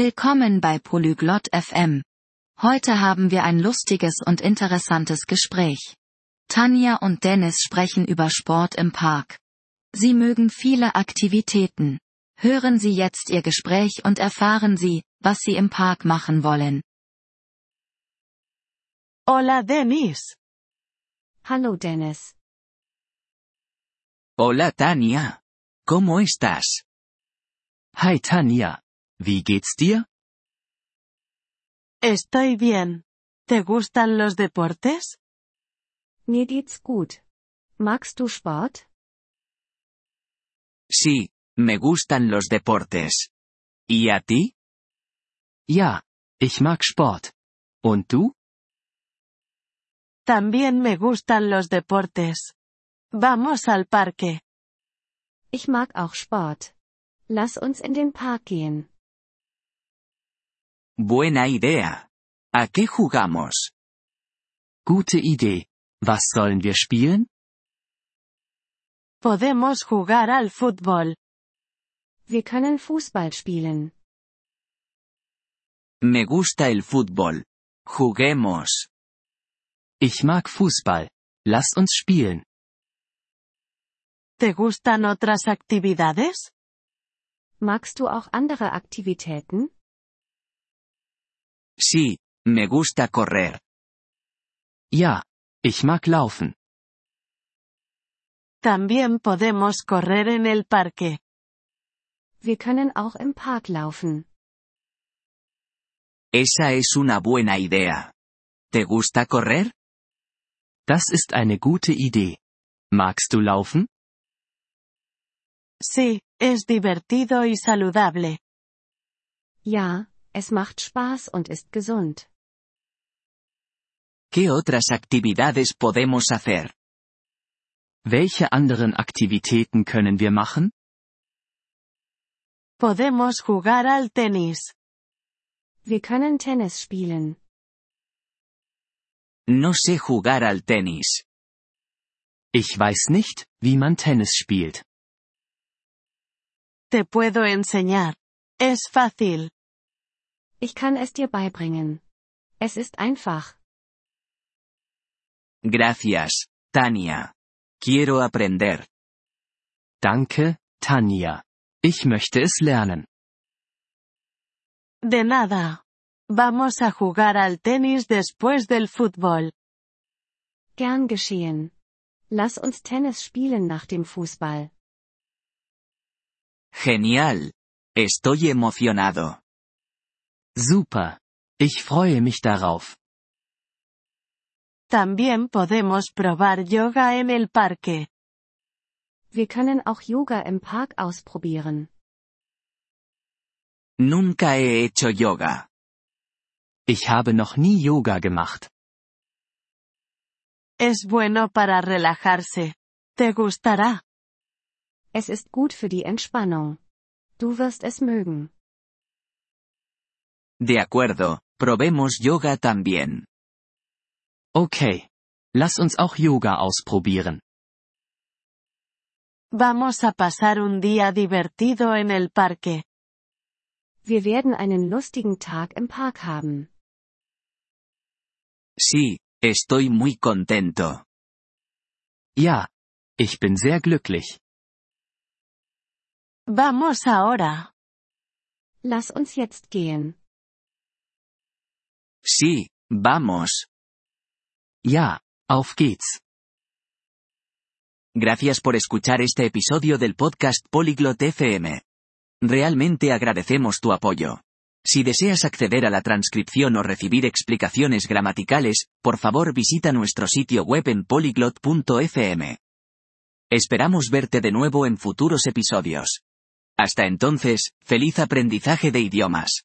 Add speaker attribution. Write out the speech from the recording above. Speaker 1: Willkommen bei Polyglot FM. Heute haben wir ein lustiges und interessantes Gespräch. Tanja und Dennis sprechen über Sport im Park. Sie mögen viele Aktivitäten. Hören Sie jetzt Ihr Gespräch und erfahren Sie, was Sie im Park machen wollen.
Speaker 2: Hola Dennis.
Speaker 3: Hallo Dennis.
Speaker 4: Hola Tania. ¿Cómo estás?
Speaker 5: Hi Tanja.
Speaker 4: Wie geht's dir?
Speaker 2: Estoy bien. ¿Te gustan los deportes?
Speaker 3: Mir geht's gut. Magst du Sport?
Speaker 4: Sí, me gustan los deportes. ¿Y a ti?
Speaker 5: Ja, ich mag Sport. Und du?
Speaker 2: También me gustan los deportes. Vamos al parque.
Speaker 3: Ich mag auch Sport. Lass uns in den Park gehen.
Speaker 4: Buena idea. ¿A qué jugamos?
Speaker 5: Gute Idee. Was sollen wir spielen?
Speaker 2: Podemos jugar al fútbol.
Speaker 3: Wir können Fußball spielen.
Speaker 4: Me gusta el fútbol. Juguemos.
Speaker 5: Ich mag Fußball. Lass uns spielen.
Speaker 2: ¿Te gustan otras actividades?
Speaker 3: Magst du auch andere Aktivitäten?
Speaker 4: Sí, me gusta correr.
Speaker 5: Ja, ich mag laufen.
Speaker 2: También podemos correr en el parque.
Speaker 3: Wir können auch im Park laufen.
Speaker 4: Esa es una buena idea. ¿Te gusta correr?
Speaker 5: Das ist eine gute Idee. Magst du laufen?
Speaker 2: Sí, es divertido y saludable.
Speaker 3: Ja, es macht Spaß und ist gesund.
Speaker 4: ¿Qué otras actividades podemos hacer?
Speaker 5: Welche anderen Aktivitäten können wir machen?
Speaker 2: Podemos jugar al tenis.
Speaker 3: Wir können Tennis spielen.
Speaker 4: No sé jugar al tenis.
Speaker 5: Ich weiß nicht, wie man Tennis spielt.
Speaker 2: Te puedo enseñar. Es fácil.
Speaker 3: Ich kann es dir beibringen. Es ist einfach.
Speaker 4: Gracias, Tania. Quiero aprender.
Speaker 5: Danke, Tanja. Ich möchte es lernen.
Speaker 2: De nada. Vamos a jugar al tenis después del fútbol.
Speaker 3: Gern geschehen. Lass uns Tennis spielen nach dem Fußball.
Speaker 4: Genial. Estoy emocionado.
Speaker 5: Super. Ich freue mich darauf.
Speaker 2: También podemos probar yoga en el parque.
Speaker 3: Wir können auch Yoga im Park ausprobieren.
Speaker 4: Nunca he hecho yoga.
Speaker 5: Ich habe noch nie Yoga gemacht.
Speaker 2: Es bueno para relajarse. Te gustará.
Speaker 3: Es ist gut für die Entspannung. Du wirst es mögen.
Speaker 4: De acuerdo, probemos yoga también.
Speaker 5: Okay. Lass uns auch Yoga ausprobieren.
Speaker 2: Vamos a pasar un día divertido en el parque.
Speaker 3: Wir werden einen lustigen Tag im Park haben.
Speaker 4: Sí, estoy muy contento.
Speaker 5: Ja. Ich bin sehr glücklich.
Speaker 2: Vamos ahora.
Speaker 3: Lass uns jetzt gehen.
Speaker 4: Sí, vamos.
Speaker 5: Ja, auf geht's.
Speaker 4: Gracias por escuchar este episodio del podcast Polyglot FM. Realmente agradecemos tu apoyo. Si deseas acceder a la transcripción o recibir explicaciones gramaticales, por favor visita nuestro sitio web en polyglot.fm. Esperamos verte de nuevo en futuros episodios. Hasta entonces, feliz aprendizaje de idiomas.